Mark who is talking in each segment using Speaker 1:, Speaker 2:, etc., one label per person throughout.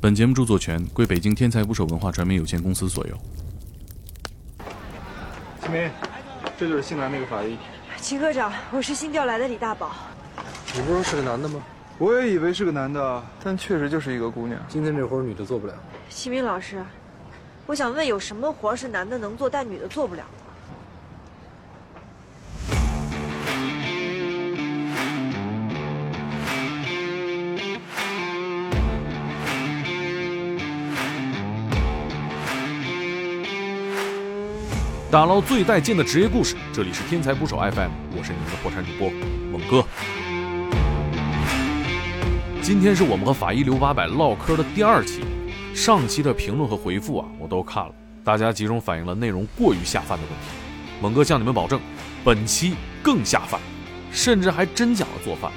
Speaker 1: 本节目著作权归北京天才捕手文化传媒有限公司所有。
Speaker 2: 秦梅，这就是新来那个法医。
Speaker 3: 齐科长，我是新调来的李大宝。
Speaker 4: 你不是说是个男的吗？
Speaker 2: 我也以为是个男的，但确实就是一个姑娘。
Speaker 4: 今天这活儿女的做不了。
Speaker 3: 齐明老师，我想问，有什么活儿是男的能做，但女的做不了的？
Speaker 5: 打捞最带劲的职业故事，这里是天才捕手 FM，我是你们的破产主播猛哥。今天是我们和法医刘八百唠嗑的第二期，上期的评论和回复啊，我都看了，大家集中反映了内容过于下饭的问题。猛哥向你们保证，本期更下饭，甚至还真讲了做饭。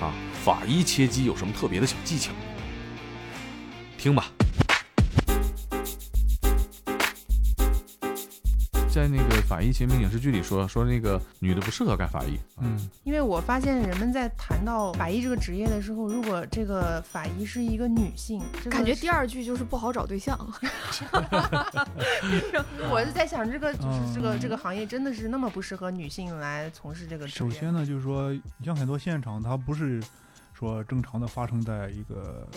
Speaker 5: 啊，法医切鸡有什么特别的小技巧？听吧。
Speaker 1: 在那个法医秦明影视剧里说说那个女的不适合干法医，
Speaker 2: 嗯，
Speaker 6: 因为我发现人们在谈到法医这个职业的时候，如果这个法医是一个女性，这个
Speaker 7: 感觉第二句就是不好找对 象。
Speaker 6: 我是在想，这个就是这个
Speaker 2: 嗯
Speaker 6: 这个行业真的是那么不适合女性来从事这个职
Speaker 8: 首
Speaker 6: 业？
Speaker 8: 先呢，就是说，像很多现场，它不是说正常的发生在一个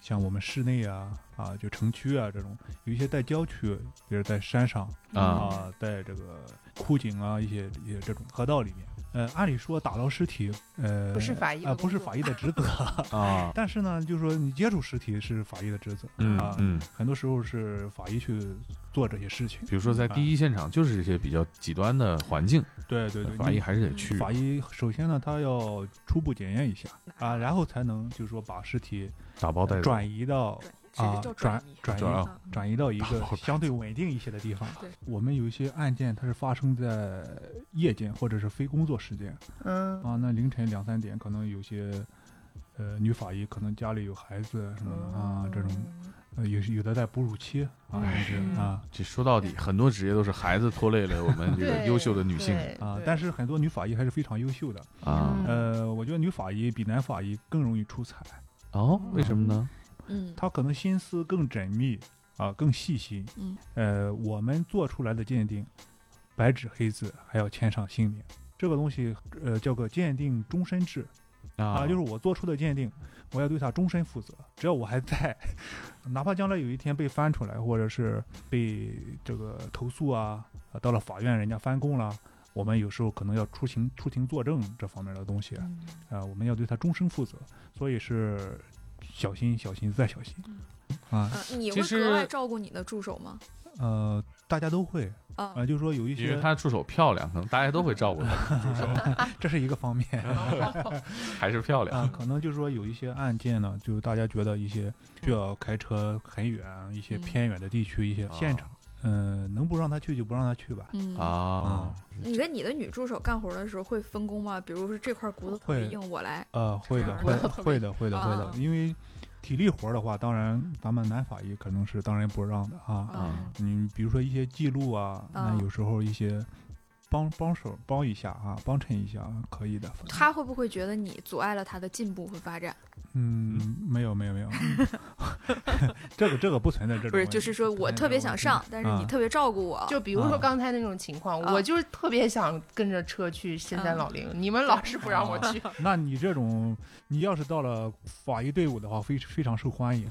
Speaker 8: 像我们室内啊啊，就城区啊这种，有一些在郊区，比如在山上
Speaker 1: 啊
Speaker 8: 啊，在这个枯井啊一些一些这种河道里面。呃，按理说打捞尸体，呃，
Speaker 6: 不是法医的
Speaker 8: 啊、不是
Speaker 6: 工作
Speaker 8: 法医的 职责，
Speaker 1: 啊，
Speaker 8: 但是呢，就是说你接触尸体是法医的职责、
Speaker 1: 嗯
Speaker 8: 啊，
Speaker 1: 嗯，
Speaker 8: 很多时候是法医去做这些事情。
Speaker 1: 比如说在第
Speaker 8: 一，
Speaker 1: 一现场就是这些比较极端的环境，
Speaker 8: 对对对，
Speaker 1: 法
Speaker 8: 你
Speaker 1: 医还是得去。
Speaker 8: 嗯法医首先呢，他要初步检验一下啊，然后才能就是说把尸体
Speaker 1: 打包带走
Speaker 8: 转移到啊
Speaker 7: 叫转移嗯
Speaker 8: 转转
Speaker 1: 转
Speaker 8: 移
Speaker 1: 啊
Speaker 8: 转移到一
Speaker 1: 打
Speaker 8: 个
Speaker 1: 包带
Speaker 8: 相对稳定一些的地方
Speaker 7: 对。
Speaker 8: 我们有一些案件，它是发生在夜间或者是非工作时间
Speaker 6: 嗯，
Speaker 8: 啊，那凌晨两三点，可能有些呃女法医可能家里有孩子什么的
Speaker 6: 嗯
Speaker 8: 啊，这种呃有有的在哺乳期啊，甚至啊。
Speaker 1: 这说到底，很多职业都是孩子拖累了我们这个
Speaker 6: 嗯对
Speaker 1: 优秀的女性
Speaker 6: 对
Speaker 8: 啊
Speaker 6: 对，
Speaker 8: 但是很多女法医还是非常优秀的。
Speaker 1: 啊。
Speaker 8: 呃，我觉得女法医比男法医更容易出彩。
Speaker 1: 哦，为什么呢？
Speaker 7: 嗯，
Speaker 8: 他可能心思更缜密啊，更细心。
Speaker 7: 嗯，
Speaker 8: 呃，我们做出来的鉴定，白纸黑字还要签上姓名，这个东西呃叫个鉴定终身制啊，就是我做出的鉴定，我要对它终身负责，只要我还在， 哪怕将来有一天被翻出来，或者是被这个投诉啊，啊到了法院人家翻供了。我们有时候可能要出庭出庭作证这方面的东西，啊、我们要对它终身负责，所以是小心小心再小心，啊，
Speaker 7: 啊你
Speaker 1: 其
Speaker 7: 会
Speaker 1: 实
Speaker 7: 格外照顾你的助手吗？
Speaker 8: 呃，大家都会，
Speaker 7: 啊
Speaker 8: 呃，就是说有一
Speaker 1: 因为
Speaker 8: 些，
Speaker 1: 她出手漂亮，可能大家都会照顾她，
Speaker 8: 这是一个 方面啊、
Speaker 1: 还是漂 亮。
Speaker 8: 可能就是说有一些案件呢，就是大家觉得一些需要开车很远、一些
Speaker 7: 嗯哦
Speaker 8: 偏远的地区、一些现场，嗯、能不让他去就不让他去吧。
Speaker 7: 嗯，
Speaker 1: 啊
Speaker 8: 啊，
Speaker 7: 你跟你的女助手干活的时候会分工吗？比如说这块骨头特别
Speaker 8: 会
Speaker 7: 硬，我来。
Speaker 8: 呃，会的，
Speaker 7: 这
Speaker 8: 会
Speaker 7: 样
Speaker 8: 的，会的，会的，会
Speaker 7: 啊
Speaker 8: 的，因为体力活儿的话，当然咱们男法医可能是当然不让的
Speaker 7: 哦
Speaker 8: 啊。
Speaker 1: 啊
Speaker 8: 你比如说一些记录啊，
Speaker 7: 啊
Speaker 8: 那有时候一些帮帮手帮一下啊，帮衬一下可以的。
Speaker 7: 他会不会觉得你阻碍了他的进步和发展？
Speaker 8: 嗯，没有没有没 有，这个这个不存在这种
Speaker 7: 不是，
Speaker 8: 问题
Speaker 7: 就是说我特别想上，但是你特别照顾 我。
Speaker 6: 就比如说
Speaker 8: 啊
Speaker 6: 刚才那种情况，
Speaker 7: 啊
Speaker 6: 我就是特别想跟着车去深山老林，你们老是不让我去。
Speaker 8: 那你这种，你要是到了法医队伍的话，非非常受欢迎，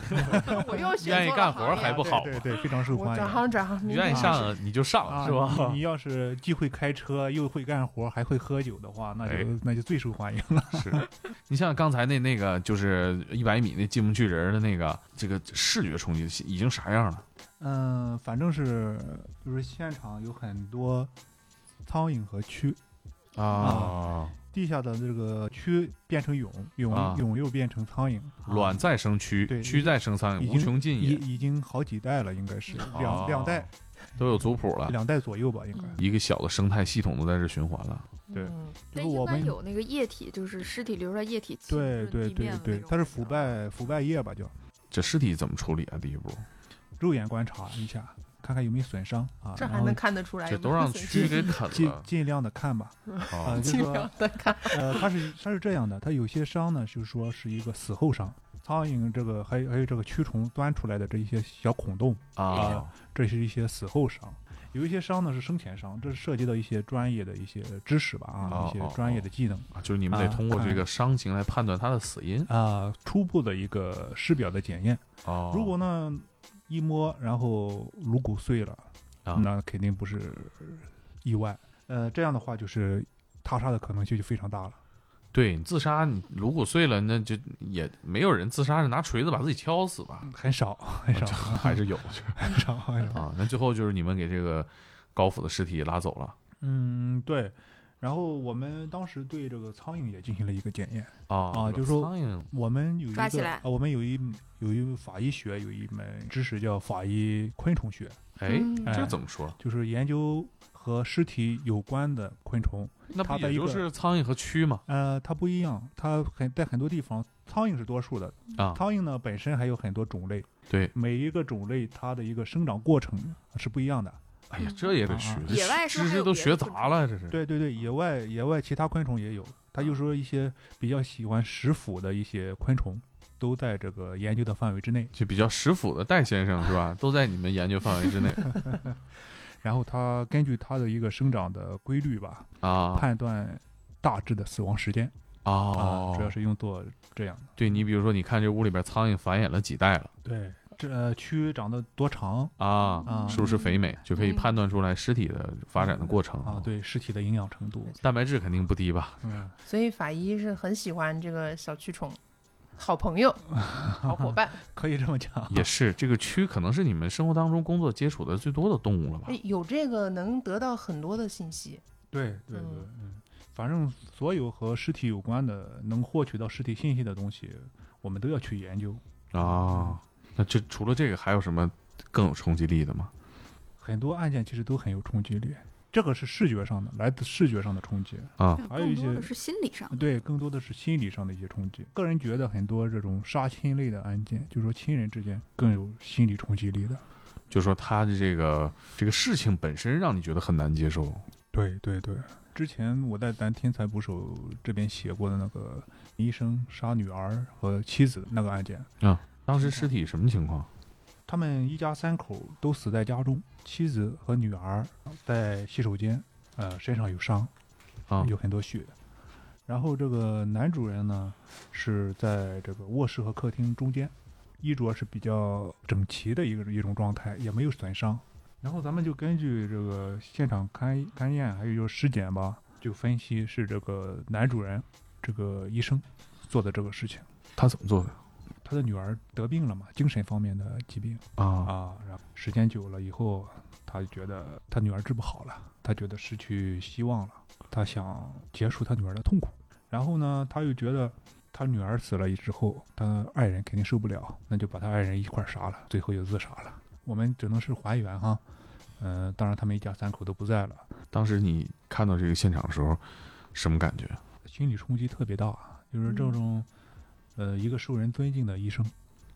Speaker 6: 我 又选
Speaker 1: 愿意
Speaker 6: 错了
Speaker 1: 干
Speaker 6: 行
Speaker 1: 活
Speaker 6: 业
Speaker 1: 还不好
Speaker 8: 对对，非常受
Speaker 6: 我
Speaker 8: 欢
Speaker 6: 转
Speaker 8: 迎。
Speaker 6: 行转行，
Speaker 1: 你
Speaker 6: 明
Speaker 1: 愿意
Speaker 6: 白
Speaker 1: 上啊你就上
Speaker 8: 啊，
Speaker 1: 是吧？
Speaker 8: 你？你要是既会开车，又会干活，还会喝酒的话，那就
Speaker 1: 哎
Speaker 8: 那就最受欢迎了。
Speaker 1: 是， 你像刚才那那个就是一百米那进不去人儿的那个，这个视觉冲击已经啥样了？
Speaker 8: 嗯，反正是就是现场有很多苍蝇和蛆，
Speaker 1: 啊，
Speaker 8: 地下的这个蛆变成蛹，
Speaker 1: 啊
Speaker 8: 蛹蛹又变成苍蝇，
Speaker 1: 卵再生蛆，
Speaker 8: 对
Speaker 1: 蛆再生苍蝇，
Speaker 8: 已
Speaker 1: 无
Speaker 8: 经
Speaker 1: 穷尽
Speaker 8: 已
Speaker 1: 也，
Speaker 8: 已经好几代了，应该是
Speaker 1: 哦
Speaker 8: 两两代
Speaker 1: 都有族谱了，
Speaker 8: 两代左右吧，应该。
Speaker 7: 嗯
Speaker 1: 一个小的生态系统都在这循环了。
Speaker 8: 对
Speaker 6: 嗯
Speaker 7: 那
Speaker 8: 就是
Speaker 7: 应
Speaker 8: 我
Speaker 7: 该
Speaker 8: 们
Speaker 7: 有那个液体，就是尸体流出来液体浸
Speaker 8: 对
Speaker 7: 润
Speaker 8: 对
Speaker 7: 地面
Speaker 8: 对
Speaker 7: 的
Speaker 8: 对
Speaker 7: 那，种啊
Speaker 8: 它是腐。败腐败液吧，就
Speaker 1: 这尸体怎么处理啊？第一步，
Speaker 8: 肉眼观察一下，看看有没有损伤啊。
Speaker 6: 这
Speaker 8: 然
Speaker 6: 还
Speaker 8: 后
Speaker 6: 能看得出来
Speaker 1: 这
Speaker 6: 哎有没
Speaker 1: 都
Speaker 6: 有
Speaker 1: 让
Speaker 6: 损失？
Speaker 1: 蛆给 啃
Speaker 8: 尽
Speaker 1: 了
Speaker 8: 尽量的看吧，啊，
Speaker 1: 啊
Speaker 8: 就是
Speaker 6: 尽
Speaker 8: 说
Speaker 6: 量的看，
Speaker 8: 呃，它是它是这样的，它有些伤呢，就是说是一个死后伤，苍蝇这个还有还有这个蛆虫钻出来的这一些小孔洞，
Speaker 5: 啊
Speaker 8: 啊，这是一些死后伤。有一些伤呢是生前伤，这是涉及到一些专业的一些知识吧啊，
Speaker 1: 哦
Speaker 8: 一
Speaker 1: 哦
Speaker 8: 些专业的技能
Speaker 1: 啊就是你们得
Speaker 8: 啊
Speaker 1: 通过这
Speaker 8: 看
Speaker 1: 个伤情来判断它的死因。
Speaker 8: 啊，初步的一个尸表的检验。
Speaker 1: 哦，
Speaker 8: 啊如果呢一摸，然后颅骨碎了，
Speaker 1: 啊
Speaker 8: 那肯定不是意外。呃，这样的话就是他杀的可能性就非常大了。
Speaker 1: 对你自杀，你颅骨碎了，那就也没有人自杀是拿锤子把自己敲死吧？
Speaker 8: 很少，很
Speaker 1: 啊
Speaker 8: 少，
Speaker 1: 还是有，就是
Speaker 8: 很少，很少。
Speaker 1: 啊。那最后就是你们给这个高府的尸体拉走了
Speaker 8: 嗯，对。然后我们当时对这个苍蝇也进行了一个检验。
Speaker 1: 啊
Speaker 8: 啊就是说
Speaker 1: 苍蝇
Speaker 8: 我们有一个
Speaker 7: 抓起来
Speaker 8: 啊，我们有一有一法医学有一门知识叫法医昆虫学，
Speaker 1: 哎，
Speaker 6: 嗯
Speaker 8: 哎
Speaker 1: 这怎么说？
Speaker 8: 就是研究和尸体有关的昆虫。
Speaker 1: 那不
Speaker 8: 它的
Speaker 1: 也
Speaker 8: 一
Speaker 1: 就
Speaker 8: 个
Speaker 1: 是苍蝇和蛆嘛？
Speaker 8: 呃，它不一样，它很在很多地方，苍蝇是多数的。
Speaker 1: 啊
Speaker 8: 苍蝇呢本身还有很多种类，
Speaker 1: 对，
Speaker 8: 每一个种类它的一个生长过程是不一样的。
Speaker 1: 哎呀，这也得学
Speaker 8: 嗯啊，
Speaker 1: 这
Speaker 7: 野外是不
Speaker 1: 知
Speaker 7: 是还
Speaker 1: 识
Speaker 7: 有
Speaker 1: 都
Speaker 7: 别
Speaker 1: 学
Speaker 7: 的
Speaker 1: 杂了，这是。
Speaker 8: 对对对，野外野外其他昆虫也有，它就说一些比较喜欢食腐的一些昆虫，都在这个研究的范围之内。
Speaker 1: 就比较食腐的戴先生是 吧？都在你们研究范围之内
Speaker 8: 然后它根据它的一个生长的规律吧，
Speaker 1: 啊
Speaker 8: 判断大致的死亡时间
Speaker 1: 哦
Speaker 8: 啊，主要是用作这样的。
Speaker 1: 对你比如说，你看这屋里边苍蝇繁衍了几代了
Speaker 8: 对，这呃蛆长得多长
Speaker 1: 啊，
Speaker 8: 啊
Speaker 1: 是不是肥美，就可以
Speaker 7: 嗯
Speaker 1: 判断出来尸体的发展的过程
Speaker 8: 啊？，对尸体的营养程度，
Speaker 1: 蛋白质肯定不低吧？
Speaker 8: 嗯，
Speaker 6: 所以法医是很喜欢这个小蛆虫，好朋 友、好伙伴。
Speaker 8: 可以这么讲。
Speaker 1: 也是，这个蛆可能是你们生活当中工作接触的最多的动物了吧？
Speaker 6: 哎有这个能得到很多的信息，
Speaker 8: 对对对，嗯，反正所有和尸体有关的，能获取到尸体信息的东西，我们都要去研究。
Speaker 1: 啊，那这除了这个还有什么更有冲击力的吗？
Speaker 8: 很多案件其实都很有冲击力，这个是视觉上的，来自视觉上的冲击。
Speaker 1: 啊
Speaker 8: 还有一
Speaker 7: 更多
Speaker 8: 些啊
Speaker 7: 的是心理上的。
Speaker 8: 对，更多的是心理上的一些冲击。个人觉得很多这种杀亲类的案件，就是说亲人之间更有心理冲击力的。
Speaker 1: 就说他的这个这个事情本身让你觉得很难接受
Speaker 8: 对对对，之前我在咱天才捕手这边写过的那个医生杀女儿和妻子的那个案件，
Speaker 1: 啊。当时尸体什么情况？
Speaker 8: 他们一家三口都死在家中，妻子和女儿在洗手间，呃，身上有伤，
Speaker 1: 啊
Speaker 8: 有很多血。然后这个男主人呢是在这个卧室和客厅中间，衣着是比较整齐的一个一种状态，也没有损伤。然后咱们就根据这个现场勘勘验，还有就是尸检吧，就分析是这个男主人这个医生做的这个事情。
Speaker 1: 他怎么做的
Speaker 8: 他的女儿得病了嘛，精神方面的疾病。
Speaker 1: 啊？
Speaker 8: 啊，然后时间久了以后，他就觉得他女儿治不好了，他觉得失去希望了，他想结束他女儿的痛苦。然后呢，他又觉得他女儿死了之后，他爱人肯定受不了，那就把他爱人一块儿杀了，最后又自杀了。我们只能是还原哈，嗯、当然他们一家三口都不在了，
Speaker 1: 当时你看到这个现场的时候，什么感觉？
Speaker 8: 心理冲击特别大，啊就是这种，呃，一个受人尊敬的医生，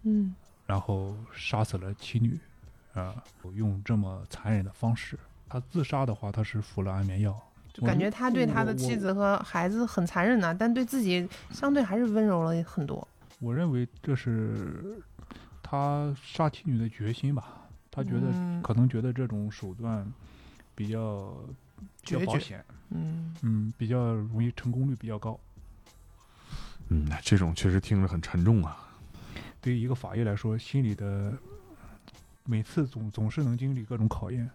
Speaker 6: 嗯，
Speaker 8: 然后杀死了妻女，啊、用这么残忍的方式。他自杀的话，他是服了安眠药，
Speaker 6: 就感觉他对他的妻子和孩子很残忍呐、但对自己相对还是温柔了很多。
Speaker 8: 我认为这是他杀妻女的决心吧。他觉得、
Speaker 6: 嗯
Speaker 8: 可能觉得这种手段比较比较
Speaker 6: 决
Speaker 8: 保
Speaker 6: 绝
Speaker 8: 险，
Speaker 6: 嗯，
Speaker 8: 嗯，比较容易成功率比较高。
Speaker 1: 嗯，这种确实听着很沉重啊。
Speaker 8: 对于一个法医来说，心里的每次总总是能经历各种考验。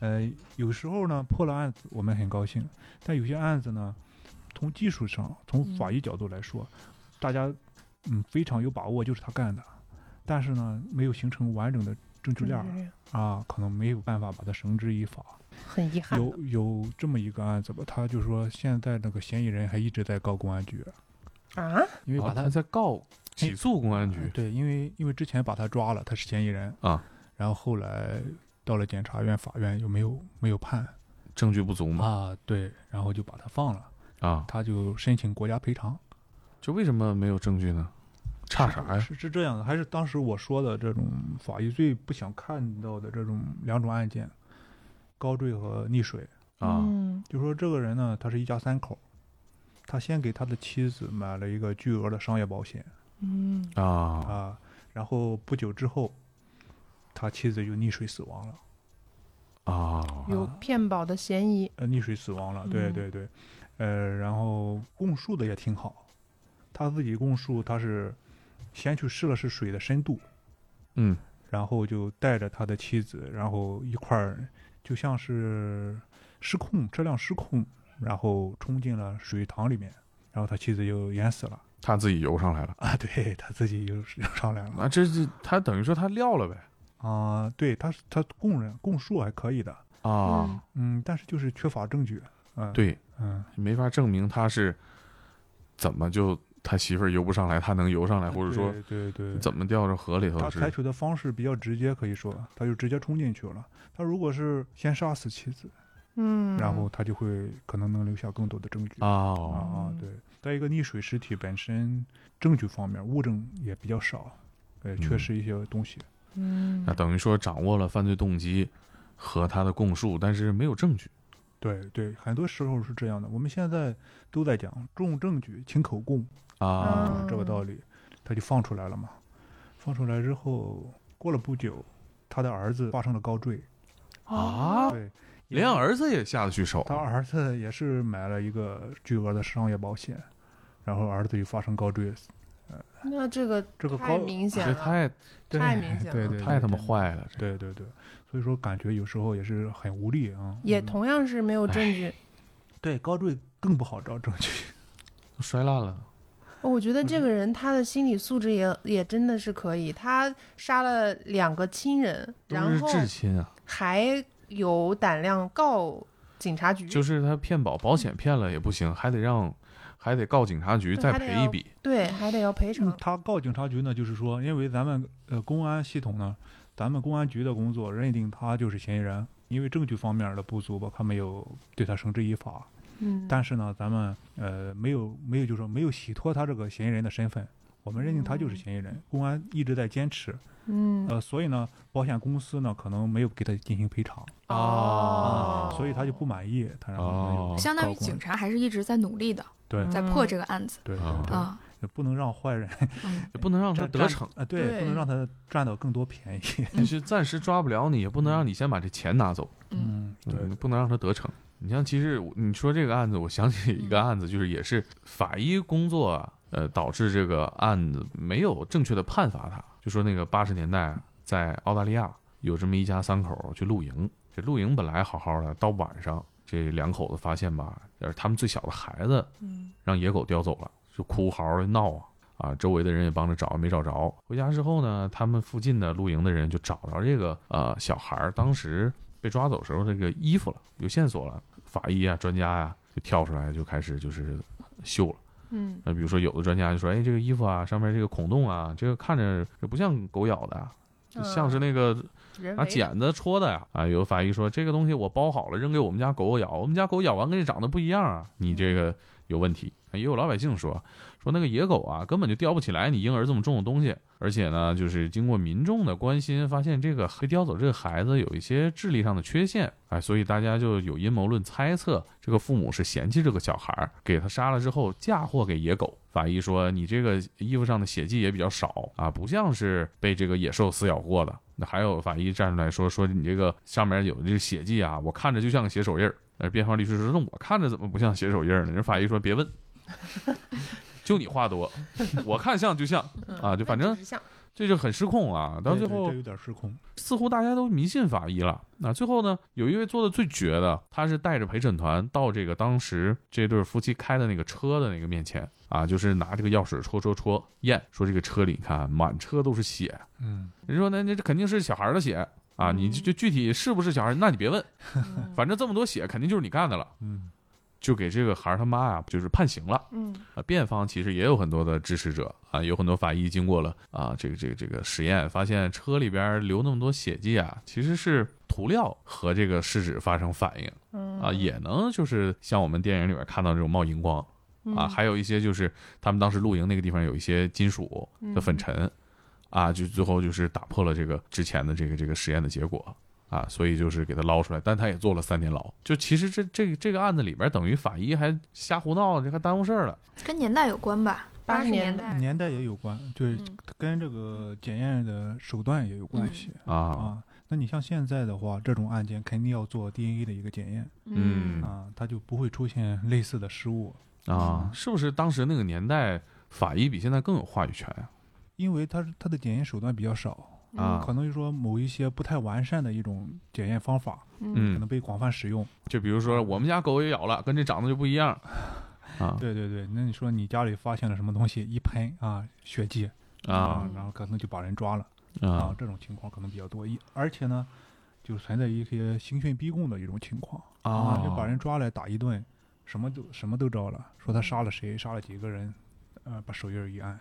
Speaker 8: 呃，有时候呢破了案子，我们很高兴；但有些案子呢，从技术上，从法医角度来说，大家嗯非常有把握就是他干的，但是呢没有形成完整的证据
Speaker 6: 就这
Speaker 8: 链
Speaker 6: 样
Speaker 8: 儿，啊，可能没有办法把他绳之以法。
Speaker 6: 很遗憾。
Speaker 8: 有有这么一个案子吧，他就说现在那个嫌疑人还一直在告公安局，
Speaker 6: 啊，
Speaker 8: 因为把
Speaker 1: 啊
Speaker 8: 他
Speaker 1: 他在告起诉公安局
Speaker 8: 嗯对，因为因为之前把他抓了，他是嫌疑人
Speaker 1: 啊，
Speaker 8: 然后后来到了检察院、法院又没有没有判
Speaker 1: 证据不足嘛
Speaker 8: 啊，对，然后就把他放了，
Speaker 1: 啊，
Speaker 8: 他就申请国家赔偿。
Speaker 1: 就为什么没有证据呢？差啥呀？
Speaker 8: 是是这样的，还是当时我说的这种法医最不想看到的这种两种案件，高坠和溺水。
Speaker 1: 啊，
Speaker 6: 嗯，
Speaker 8: 就说这个人呢，他是一家三口，他先给他的妻子买了一个巨额的商业保险，
Speaker 6: 嗯，
Speaker 1: 啊，
Speaker 8: 啊。然后不久之后，他妻子就溺水死亡了。
Speaker 1: 啊，
Speaker 6: 有骗保的嫌疑。
Speaker 8: 呃，溺水死亡了。对
Speaker 6: 嗯
Speaker 8: 对对，呃，然后供述的也挺好，他自己供述他是先去试了试水的深度，
Speaker 1: 嗯，
Speaker 8: 然后就带着他的妻子，然后一块儿就像是失控，车辆失控，然后冲进了水塘里面，然后他妻子就淹死了。
Speaker 1: 他自己游上来了，
Speaker 8: 啊，对他自己又又上来了。
Speaker 1: 那这是他等于说他撂了呗，
Speaker 8: 啊、对，他是他供认供述还可以的，
Speaker 1: 啊，
Speaker 8: 嗯，但是就是缺乏证据，嗯，，
Speaker 1: 对，
Speaker 8: 嗯，
Speaker 1: 没法证明他是怎么就他媳妇儿游不上来，他能游上来，哎或者说
Speaker 8: 对对对，
Speaker 1: 怎么掉到河里头
Speaker 8: 他采
Speaker 1: 是
Speaker 8: 取的方式比较直接，可以说他就直接冲进去了。他如果是先杀死妻子，
Speaker 6: 嗯，
Speaker 8: 然后他就会可能能留下更多的证据。啊
Speaker 1: 啊，
Speaker 8: 啊，对。再一个，溺水尸体本身证据方面物证也比较少，呃，缺
Speaker 1: 嗯
Speaker 8: 失一些东西。
Speaker 6: 嗯
Speaker 1: 那，等于说掌握了犯罪动机和他的供述，但是没有证据
Speaker 8: 对对，很多时候是这样的。我们现在都在讲重证据轻口供
Speaker 1: 啊
Speaker 6: 嗯
Speaker 8: 啊，这个道理，他就放出来了嘛。放出来之后，过了不久，他的儿子发生了高坠，
Speaker 6: 哦
Speaker 1: 啊，
Speaker 8: 对，也
Speaker 1: 连儿子也下得去手，
Speaker 8: 他儿子也是买了一个巨额的商业保险，然后儿子就发生高坠死，
Speaker 6: 那这个
Speaker 8: 这个
Speaker 6: 太
Speaker 8: 呃高
Speaker 6: 明显
Speaker 1: 这
Speaker 6: 了，
Speaker 1: 太
Speaker 8: 对
Speaker 6: 太明显了
Speaker 8: 对对，
Speaker 1: 太他妈
Speaker 8: 对，
Speaker 1: 坏了，这
Speaker 8: 对对对，所以说感觉有时候也是很无力啊。
Speaker 6: 也
Speaker 8: 嗯
Speaker 6: 同样是没有证据。
Speaker 8: 对高坠更不好找证据，
Speaker 1: 都摔烂了。
Speaker 6: 哦我觉得这个人他的心理素质也也真的是可以，他杀了两个亲人，
Speaker 1: 都
Speaker 6: 然
Speaker 1: 是
Speaker 6: 后
Speaker 1: 至亲啊，
Speaker 6: 还有胆量告警察局，
Speaker 1: 就是他骗保，保险骗了也不行，还得让，还得告警察局
Speaker 6: 对
Speaker 1: 再
Speaker 6: 还得
Speaker 1: 赔一
Speaker 6: 要
Speaker 1: 笔
Speaker 6: 对，还得要赔
Speaker 8: 嗯
Speaker 6: 偿。
Speaker 8: 他告警察局呢，就是说，因为咱们呃公安系统呢，咱们公安局的工作认定他就是嫌疑人，因为证据方面的不足吧，他没有对他绳之以法。
Speaker 6: 嗯，
Speaker 8: 但是呢，咱们呃没有没有就是说没有洗脱他这个嫌疑人的身份，我们认定他就是嫌疑人。公安一直在坚持，
Speaker 6: 嗯
Speaker 8: 呃，所以呢，保险公司呢可能没有给他进行赔偿，
Speaker 1: 啊
Speaker 6: 哦，
Speaker 8: 所以他就不满意，他然后没有
Speaker 1: 哦
Speaker 7: 相当于
Speaker 8: 告公安
Speaker 7: 警察还是一直在努力的，
Speaker 8: 对
Speaker 7: 在破这个案子
Speaker 8: 对
Speaker 1: 啊
Speaker 8: 嗯对对，
Speaker 7: 嗯啊。
Speaker 8: 也不能让坏人
Speaker 7: 嗯，
Speaker 1: 也不能让他
Speaker 8: 占
Speaker 1: 得
Speaker 8: 占
Speaker 1: 逞。
Speaker 8: 啊，对，不
Speaker 6: 对
Speaker 8: 能让他占到更多便宜。
Speaker 1: 你是暂时抓不了你，也不能让你先把这钱拿走，
Speaker 8: 嗯，对，
Speaker 1: 嗯不能让他得逞。你像，其实我你说这个案子，我想起一个案子，就是也是法医工作啊，呃，导致这个案子没有正确的判罚他。就说那个八十年代在澳大利亚有这么一家三口去露营，这露营本来好好的，到晚上这两口子发现吧，呃，他们最小的孩子
Speaker 7: 嗯，
Speaker 1: 让野狗叼走了，就哭嚎的闹啊啊！周围的人也帮着找，没找着。回家之后呢，他们附近的露营的人就找着这个呃小孩儿当时被抓走时候这个衣服了，有线索了。法医啊、专家呀、就跳出来就开始就是嗅了。
Speaker 6: 嗯
Speaker 1: 那比如说有的专家就说，哎，这个衣服啊上面这个孔洞啊，这个看着这不像狗咬的啊，就像是那个
Speaker 6: 嗯人
Speaker 1: 拿
Speaker 6: 为的
Speaker 1: 剪子戳的呀！啊，有法医说这个东西我包好了，扔给我们家狗狗咬，我们家狗咬完跟你长得不一样啊，你这个有问题。也有老百姓说，说那个野狗啊根本就叼不起来你婴儿这么重的东西，而且呢，就是经过民众的关心，发现这个被叼走这个孩子有一些智力上的缺陷，哎，所以大家就有阴谋论猜测，这个父母是嫌弃这个小孩儿，给他杀了之后嫁祸给野狗。法医说你这个衣服上的血迹也比较少啊，不像是被这个野兽撕咬过的。那还有法医站出来说说你这个上面有这个血迹啊，我看着就像个血手印儿。呃，辩方律师说那我看着怎么不像血手印儿呢？人法医说别 问，就你话多，我看像就像啊，就反正
Speaker 6: 指向
Speaker 1: 这就很失控啊。到
Speaker 8: 嗯对
Speaker 1: 最
Speaker 8: 对
Speaker 1: 后
Speaker 8: 这有点失控。
Speaker 1: 似乎大家都迷信法医了。那最后呢，有一位做的最绝的，他是带着陪审团到这个当时这对夫妻开的那个车的那个面前啊，就是拿这个钥匙戳戳戳验，说这个车里你看啊满车都是血。
Speaker 8: 嗯，
Speaker 1: 人说那那这肯定是小孩儿的血啊，你就就具体是不是小孩儿，那你别问，反正这么多血肯定就是你干的了。
Speaker 8: 嗯，
Speaker 1: 就给这个孩儿他妈呀、就是判刑了。
Speaker 6: 嗯
Speaker 1: 啊，辩方其实也有很多的支持者啊，有很多法医经过了啊这个这个这个实验，发现车里边留那么多血迹啊，其实是涂料和这个试纸发生反应
Speaker 6: 嗯
Speaker 1: 啊，也能就是像我们电影里边看到这种冒荧光啊，
Speaker 6: 嗯
Speaker 1: 还有一些就是他们当时露营那个地方有一些金属
Speaker 6: 嗯
Speaker 1: 的粉尘啊，就最后就是打破了这个之前的这个这个实验的结果。啊，所以就是给他捞出来，但他也坐了三年牢。就其实这这这个案子里边，等于法医还瞎胡闹，这还耽误事儿了。
Speaker 7: 跟年代有关吧？
Speaker 6: 八十
Speaker 7: 80
Speaker 6: 年
Speaker 7: 年
Speaker 6: 代
Speaker 7: 代
Speaker 8: 年代也有关，对，
Speaker 7: 嗯
Speaker 8: 跟这个检验的手段也有关系、
Speaker 1: 啊，
Speaker 8: 啊。那你像现在的话，这种案件肯定要做 DNA 的一个检验
Speaker 1: 嗯
Speaker 8: 啊，嗯它就不会出现类似的失误，
Speaker 1: 啊，是不是当时那个年代法医比现在更有话语权啊？
Speaker 8: 因为它它的检验手段比较少，
Speaker 1: 啊
Speaker 8: 嗯可能就说某一些不太完善的一种检验方法，
Speaker 7: 嗯
Speaker 8: 可
Speaker 1: 嗯
Speaker 8: 能，被广泛使用。
Speaker 1: 就比如说我们家狗也咬了，跟这长得就不一样啊
Speaker 8: 对对对，那你说你家里发现了什么东西，一喷啊，血迹
Speaker 1: 啊
Speaker 8: 然后可能就把人抓了。啊
Speaker 1: 啊，
Speaker 8: 这种情况可能比较多。一而且呢，就存在一些刑讯逼供的一种情况
Speaker 1: 啊
Speaker 8: 就把人抓来打一顿，什么都什么都招了，说他杀了谁，杀了几个人，呃，把手印儿一按，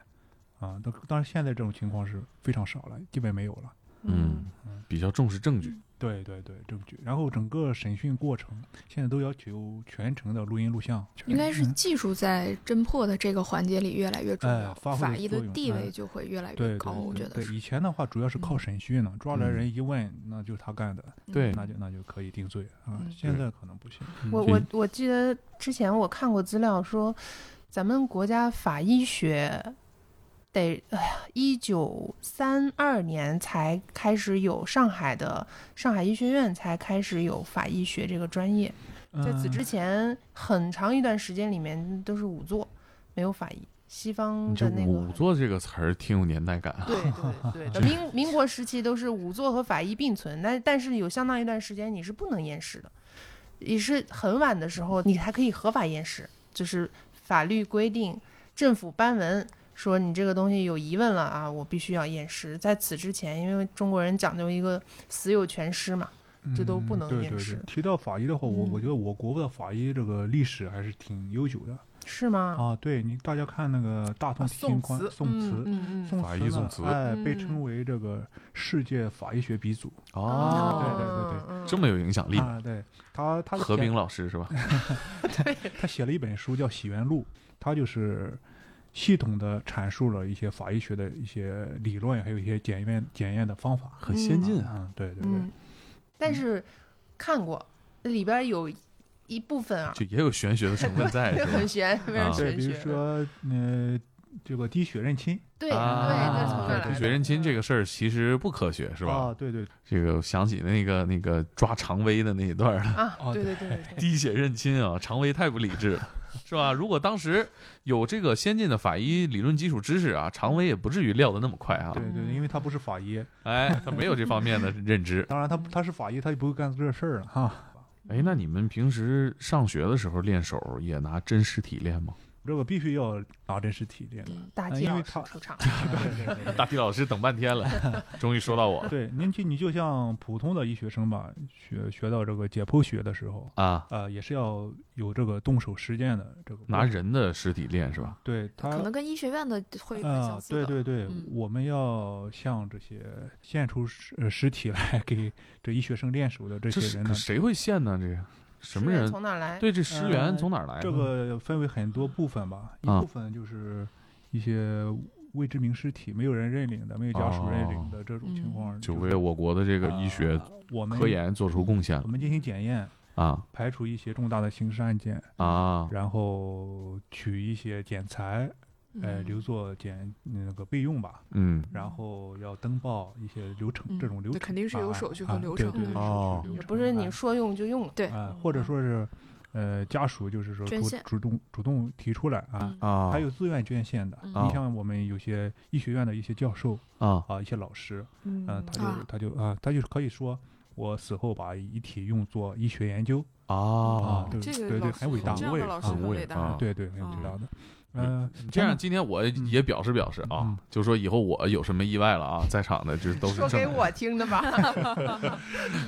Speaker 8: 啊，当当然现在这种情况是非常少了，基本没有了。
Speaker 1: 嗯，比较重视证据
Speaker 8: 对对对，证据。然后整个审讯过程现在都要求全程的录音录像，全
Speaker 7: 应该是
Speaker 8: 嗯
Speaker 7: 技术在侦破的这个环节里越来越重要，
Speaker 8: 哎发挥
Speaker 7: 法
Speaker 8: 的
Speaker 7: 医的
Speaker 8: 作用
Speaker 7: 地
Speaker 8: 哎
Speaker 7: 位就会越来
Speaker 8: 对
Speaker 7: 越高。
Speaker 8: 对
Speaker 7: 我
Speaker 8: 对
Speaker 7: 觉得
Speaker 8: 对，
Speaker 7: 是，
Speaker 8: 以前的话主要是靠
Speaker 7: 嗯
Speaker 8: 审讯呢，抓来
Speaker 1: 嗯
Speaker 8: 人一问，那就是他干的，
Speaker 1: 对
Speaker 8: 那就那就可以定罪啊
Speaker 7: 嗯。
Speaker 8: 现在可能不行。
Speaker 1: 嗯
Speaker 6: 嗯我我我记得之前我看过资料说，咱们国家法医学得哎呀，一九三二年才开始有上海的上海医学院才开始有法医学这个专业，在此之
Speaker 8: 嗯
Speaker 6: 前很长一段时间里面都是仵作，没有法医。西方
Speaker 1: 你这
Speaker 6: 的那
Speaker 1: 仵
Speaker 6: 个
Speaker 1: 作这个词儿挺有年代感啊
Speaker 6: 对 对对，民民国时期都是仵作和法医并存，但但是有相当一段时间你是不能验尸的，也是很晚的时候你才可以合法验尸，就是法律规定，政府颁文说你这个东西有疑问了啊，我必须要验尸。在此之前，因为中国人讲究一个死有全尸嘛，这都不
Speaker 8: 嗯
Speaker 6: 能
Speaker 8: 对
Speaker 6: 掩
Speaker 8: 对对
Speaker 6: 饰。
Speaker 8: 提到法医的话，我我
Speaker 6: 嗯
Speaker 8: 觉得我国的法医这个历史还是挺悠久的
Speaker 6: 是吗？
Speaker 1: 哦
Speaker 8: 啊。对你大家看那个大
Speaker 6: 嗯啊
Speaker 8: 宋提刑官
Speaker 6: 宋
Speaker 8: 宋慈，
Speaker 6: 嗯嗯
Speaker 8: 宋
Speaker 1: 法医宋
Speaker 8: 慈
Speaker 1: 慈
Speaker 8: 呢，哎，被
Speaker 6: 嗯
Speaker 8: 称为这个世界法医学鼻祖
Speaker 1: 哦，
Speaker 8: 对对对
Speaker 6: 对
Speaker 1: 这么有影响力，
Speaker 8: 啊。对他，他
Speaker 1: 何
Speaker 8: 写
Speaker 1: 冰老师是 吧？
Speaker 8: 他写了一本书叫《洗冤录》，他就是。系统的阐述了一些法医学的一些理论，还有一些检验检验的方法。
Speaker 1: 很先进啊，
Speaker 8: 嗯，对对对，
Speaker 6: 嗯，但是看过里边有一部分啊，
Speaker 1: 就也有玄学的成分在，
Speaker 6: 这
Speaker 1: 是吧
Speaker 6: 很？玄，非常
Speaker 1: 啊
Speaker 8: 对，
Speaker 6: 玄
Speaker 8: 比如
Speaker 6: 学。
Speaker 8: 说，呃，这个滴血认亲，
Speaker 6: 对对，
Speaker 1: 啊
Speaker 6: 那是从这儿来
Speaker 1: 滴
Speaker 6: 的。
Speaker 1: 血认亲这
Speaker 6: 个
Speaker 1: 个事儿其实不科学，是吧？
Speaker 8: 啊，对对，
Speaker 1: 这个我想起那个那个抓常威的那一段了，
Speaker 6: 啊，
Speaker 8: 哦
Speaker 6: 对对
Speaker 8: 对
Speaker 6: 对对对，
Speaker 1: 滴血认亲啊，常威太不理 智了，是吧？如果当时有这个先进的法医理论基础知识啊，常威也不至于撂的那么快啊
Speaker 8: 对。对，因为他不是法医，
Speaker 1: 哎，他没有这方面的认知。
Speaker 6: 嗯
Speaker 8: 当然他他是法医，他就不会干这事儿了哈。
Speaker 1: 哎，那你们平时上学的时候练手也拿真实体练吗？
Speaker 8: 这个必须要拿真实体验的。
Speaker 6: 大
Speaker 8: 呃
Speaker 6: 吉
Speaker 8: 因
Speaker 6: 老
Speaker 8: 为
Speaker 6: 师
Speaker 8: 他
Speaker 6: 出场，
Speaker 8: 对对对
Speaker 1: 大体老师等半天了，终于说到我了
Speaker 8: 对，您就你就像普通的医学生吧，学学到这个解剖学的时候，
Speaker 1: 啊，
Speaker 8: 呃，也是要有这个动手实践的这个
Speaker 1: 拿
Speaker 8: 过程。
Speaker 1: 人的尸体练是吧？
Speaker 8: 对他
Speaker 7: 可能跟医学院的会很
Speaker 8: 啊
Speaker 7: 相，似
Speaker 8: 对
Speaker 7: 的。
Speaker 8: 对对，
Speaker 7: 嗯
Speaker 8: 我们要向这些献出尸呃尸体来给这医学生练手的这
Speaker 1: 这
Speaker 8: 些
Speaker 1: 是
Speaker 8: 人
Speaker 1: 可
Speaker 8: 呢，
Speaker 1: 谁会现呢？这个什么
Speaker 6: 是
Speaker 1: 人？
Speaker 6: 从哪儿来？
Speaker 1: 对，这尸源从哪儿来呢？
Speaker 8: 这个分为很多部分吧，一
Speaker 1: 啊
Speaker 8: 部分就是一些未知名尸体，没有人认领的，没有家属认领的这种情况，
Speaker 1: 哦就为我国的这个医学
Speaker 8: 呃我们
Speaker 1: 科研做出贡献
Speaker 8: 我
Speaker 1: 了
Speaker 8: 们进行检验，
Speaker 1: 啊
Speaker 8: 排除一些重大的刑事案件，
Speaker 1: 啊！
Speaker 8: 然后取一些检材，呃，
Speaker 7: 嗯
Speaker 8: 留作检那个备用吧。
Speaker 1: 嗯，
Speaker 8: 然后要登报一些流程，
Speaker 7: 嗯
Speaker 8: 这种流
Speaker 7: 对
Speaker 8: 程
Speaker 7: 肯定是有手续和
Speaker 8: 啊
Speaker 7: 流
Speaker 8: 对
Speaker 7: 程
Speaker 8: 对
Speaker 7: 的
Speaker 8: 对
Speaker 1: 哦
Speaker 8: 手续流程
Speaker 6: 不是你
Speaker 8: 哎
Speaker 6: 说用就用了。
Speaker 7: 对，
Speaker 8: 啊，或者说是，呃，家属就是说
Speaker 7: 捐
Speaker 8: 主
Speaker 7: 献
Speaker 8: 主动主动提出来啊，
Speaker 7: 嗯
Speaker 1: 啊，
Speaker 8: 还有自愿捐献的。
Speaker 7: 嗯
Speaker 8: 你像我们有些医学院的一些教授
Speaker 1: 啊
Speaker 8: 啊，一些老师，嗯、
Speaker 6: 嗯
Speaker 8: 他就、
Speaker 7: 啊
Speaker 8: 他就啊，他就是可以说。我死后把遗体用作医学研究
Speaker 1: 啊
Speaker 8: 啊，，对
Speaker 7: 这个
Speaker 8: 对
Speaker 7: 老
Speaker 8: 对，
Speaker 7: 师
Speaker 8: 很伟大，
Speaker 7: 这样的老师
Speaker 1: 很
Speaker 7: 很
Speaker 1: 伟
Speaker 7: 伟大
Speaker 1: 啊
Speaker 8: 对对，很
Speaker 7: 哦
Speaker 8: 伟大的。嗯，
Speaker 1: 这样，今天我也表示表示啊
Speaker 8: 嗯，
Speaker 1: 就说以后我有什么意外了啊，在场的这都是
Speaker 6: 说
Speaker 1: 正
Speaker 6: 给
Speaker 1: 人
Speaker 6: 我听的吧，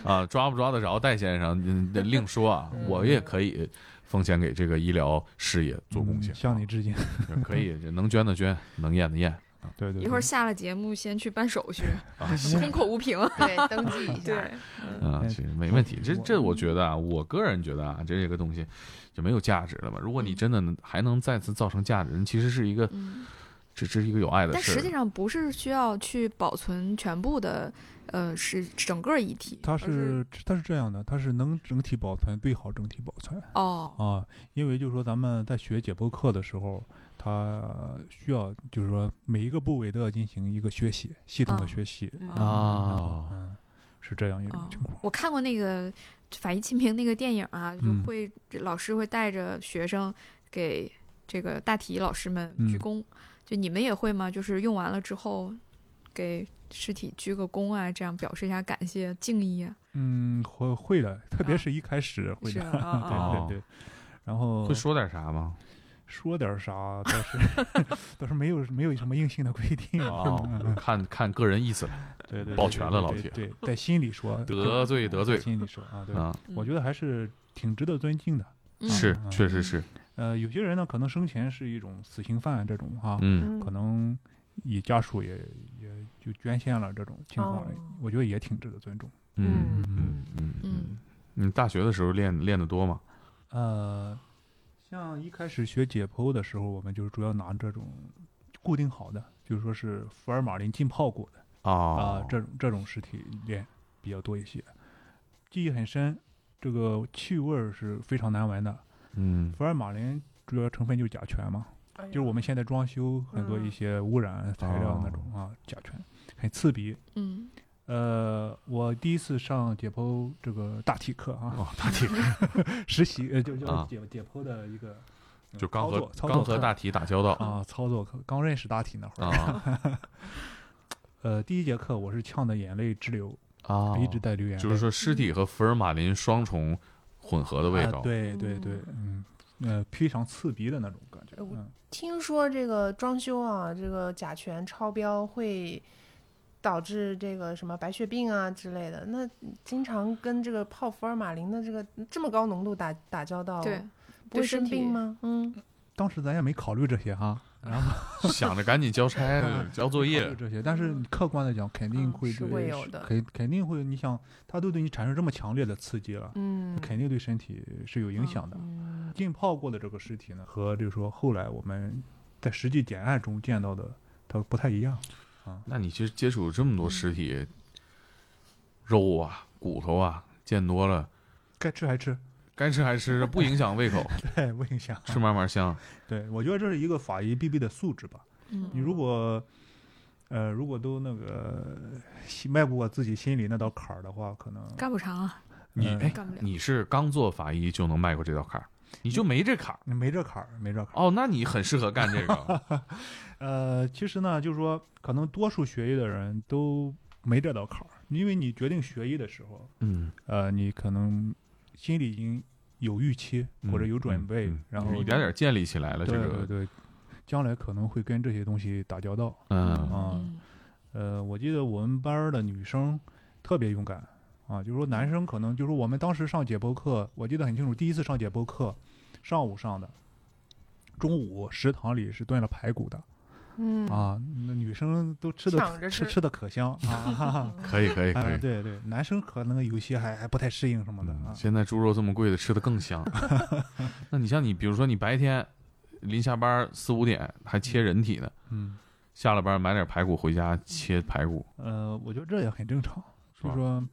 Speaker 1: 啊，抓不抓得着戴先生嗯另说啊，
Speaker 6: 嗯
Speaker 1: 我也可以奉献给这个医疗事业做贡献，
Speaker 8: 嗯
Speaker 7: 啊
Speaker 8: 向你致敬。
Speaker 1: 可以能捐的捐，能验的验
Speaker 8: 对对，
Speaker 7: 一会儿下了节目先去办手 续，
Speaker 1: 啊，
Speaker 7: 空口无凭。
Speaker 6: 对，登记一下
Speaker 7: 对。，
Speaker 1: 啊，
Speaker 8: 嗯
Speaker 1: 其实没问题。这
Speaker 8: 我
Speaker 1: 这，我觉得啊，我个人觉得啊，这这个东西就没有价值了嘛。如果
Speaker 8: 嗯
Speaker 1: 你真的能还能再次造成价值，其实是一个
Speaker 7: 嗯，
Speaker 1: 这这是一个有爱的
Speaker 7: 但
Speaker 1: 事
Speaker 7: 实际
Speaker 1: 儿。
Speaker 7: 上不是需要去保存全部的，呃，是整个遗体。
Speaker 8: 它
Speaker 7: 而
Speaker 8: 是它是这样的，它是能整体保存，最好整体保存
Speaker 7: 哦，
Speaker 8: 啊，因为就是说咱们在学解剖课的时候，它需要就是说每一个部位都要进行一个学习，系统的
Speaker 7: 啊
Speaker 8: 学习。
Speaker 5: 啊
Speaker 1: 哦
Speaker 8: 嗯，是这样一种
Speaker 7: 哦
Speaker 8: 情况。
Speaker 7: 我看过那个《法医秦明》那个电影啊，就
Speaker 8: 嗯
Speaker 7: 会、老师会带着学生给这个大体老师们鞠
Speaker 8: 嗯
Speaker 7: 躬，就你们也会吗？就是用完了之后给尸体鞠个躬啊，这样表示一下感谢敬意啊。
Speaker 8: 嗯，会会的，特别
Speaker 7: 啊
Speaker 8: 是一开始会
Speaker 7: 是
Speaker 8: 的，
Speaker 7: 啊啊啊
Speaker 1: 啊
Speaker 8: 对对对。然后
Speaker 1: 会说点啥吗？
Speaker 8: 说点啥倒是 倒是没有没有什么硬性的规定啊嗯
Speaker 1: 哦，看看个人意思了
Speaker 8: 对对，
Speaker 1: 抱
Speaker 8: 对
Speaker 1: 拳
Speaker 8: 对
Speaker 1: 了老
Speaker 8: 对
Speaker 1: 铁
Speaker 8: 对，在心里说，
Speaker 1: 得罪得罪
Speaker 8: 在心里说啊，对，
Speaker 1: 啊，
Speaker 8: 我觉得还是挺值得尊敬的。
Speaker 7: 嗯
Speaker 1: 是
Speaker 8: 嗯，
Speaker 1: 确实是，
Speaker 8: 呃，有些人呢，可能生前是一种死刑犯这种哈，
Speaker 1: 嗯，
Speaker 6: 嗯
Speaker 8: 可能以家属也也就捐献了这种情况，
Speaker 6: 哦
Speaker 8: 我觉得也挺值得尊重。
Speaker 1: 嗯
Speaker 8: 嗯
Speaker 1: 嗯嗯
Speaker 7: 嗯，
Speaker 1: 你大学的时候练练的多吗？
Speaker 8: 呃，像一开始学解剖的时候，我们就是主要拿这种固定好的，就是说是福尔马林浸泡过的啊、
Speaker 1: 啊，
Speaker 8: 这种这种尸体练比较多一些，记忆很深，这个气味儿是非常难闻的。
Speaker 1: 嗯
Speaker 8: 福尔马林主要成分就是甲醛嘛，
Speaker 6: 哎
Speaker 8: 就是我们现在装修很
Speaker 6: 嗯
Speaker 8: 多一些污
Speaker 1: 哦
Speaker 8: 染材料那种啊，甲醛很刺鼻。
Speaker 7: 嗯，
Speaker 8: 呃，我第一次上解剖这个大体课
Speaker 1: 哦
Speaker 8: 啊，大体课 实习，呃，就叫
Speaker 1: 啊
Speaker 8: 解解剖的一个呃
Speaker 1: 就刚
Speaker 8: 操
Speaker 1: 和
Speaker 8: 作操
Speaker 1: 刚
Speaker 8: 作
Speaker 1: 和
Speaker 8: 课
Speaker 1: 大体打交道
Speaker 8: 啊操作课，刚认识大体那会儿，
Speaker 1: 啊
Speaker 8: 呃，第一节课我是呛的眼泪直流，
Speaker 1: 啊，
Speaker 8: 一直在流眼泪，
Speaker 1: 就是说尸体和福尔马林双重混合的味
Speaker 8: 啊
Speaker 1: 道，
Speaker 8: 对对对，嗯，呃，非常刺鼻的那种感觉，
Speaker 6: 哎我
Speaker 8: 嗯，
Speaker 6: 听说这个装修啊，这个甲醛超标会导致这个什么白血病啊之类的。那经常跟这个泡福尔马林的这个这么高浓度打打交道，
Speaker 7: 对，，
Speaker 6: 哦不会
Speaker 7: 对身
Speaker 6: 生病
Speaker 7: 体
Speaker 6: 吗？嗯，
Speaker 8: 当时咱也没考虑这些哈，然后
Speaker 1: 想着赶紧交差啊
Speaker 8: 嗯
Speaker 1: 交作
Speaker 8: 考
Speaker 1: 业
Speaker 8: 虑，这些，但是你客观的讲，肯定
Speaker 6: 嗯
Speaker 8: 会
Speaker 6: 是
Speaker 8: 对
Speaker 6: 会
Speaker 8: 是
Speaker 6: 有的
Speaker 8: 肯肯定会，你想，它都对你产生这么强烈的刺激了，
Speaker 6: 嗯，
Speaker 8: 肯定对身体是有影响的。浸泡过的这个尸体呢，和就是说后来我们在实际检案中见到的，它不太一样。
Speaker 1: 那你其实接触这么多尸体，
Speaker 8: 嗯
Speaker 1: 肉啊、骨头啊，见多了，
Speaker 8: 该吃还吃，
Speaker 1: 该吃还吃，不影响胃口，
Speaker 8: 对，不影响。
Speaker 1: 吃嘛嘛香。
Speaker 8: 对，我觉得这是一个法医必备的素质吧。
Speaker 7: 嗯
Speaker 8: 你如果呃，如果都那个心迈不过自己心里那道坎儿的话，可能
Speaker 7: 干不长啊，
Speaker 1: 你
Speaker 8: 嗯
Speaker 1: 哎
Speaker 7: 干不了，
Speaker 1: 你是刚做法医就能迈过这道坎儿，你就没这坎儿
Speaker 8: 没这坎儿，没这坎儿。
Speaker 1: 哦，那你很适合干这 个
Speaker 8: 呃，其实呢，就是说，可能多数学医的人都没这道坎儿，因为你决定学医的时候，
Speaker 1: 嗯，
Speaker 8: 呃，你可能心里已经有预期
Speaker 1: 嗯，
Speaker 8: 或者有准备，
Speaker 1: 嗯嗯
Speaker 8: 然后
Speaker 1: 一点点建立起来了这
Speaker 8: 对
Speaker 1: 个
Speaker 8: 对对，将来可能会跟这些东西打交道
Speaker 1: 嗯
Speaker 8: 啊。
Speaker 7: 嗯
Speaker 8: 呃，我记得我们班儿的女生特别勇敢啊，就是说男生可能就是我们当时上解剖课，我记得很清楚，第一次上解剖课，上午上的，中午食堂里是炖了排骨的。
Speaker 6: 嗯，
Speaker 8: 啊，那女生都吃的
Speaker 6: 抢着
Speaker 8: 吃
Speaker 6: 吃，
Speaker 8: 吃的可香啊
Speaker 1: 可以可以可
Speaker 8: 哎，
Speaker 1: 以。
Speaker 8: 对对，男生可能有些还还不太适应什么的
Speaker 1: 嗯
Speaker 8: 啊，
Speaker 1: 现在猪肉这么贵的，吃的更 香。那你像你，比如说你白天临下班四五点还切人体呢，
Speaker 8: 嗯，
Speaker 1: 下了班买点排骨回家切排骨，
Speaker 8: 呃，我觉得这也很正常，
Speaker 1: 是
Speaker 8: 就
Speaker 1: 吧
Speaker 8: 是？说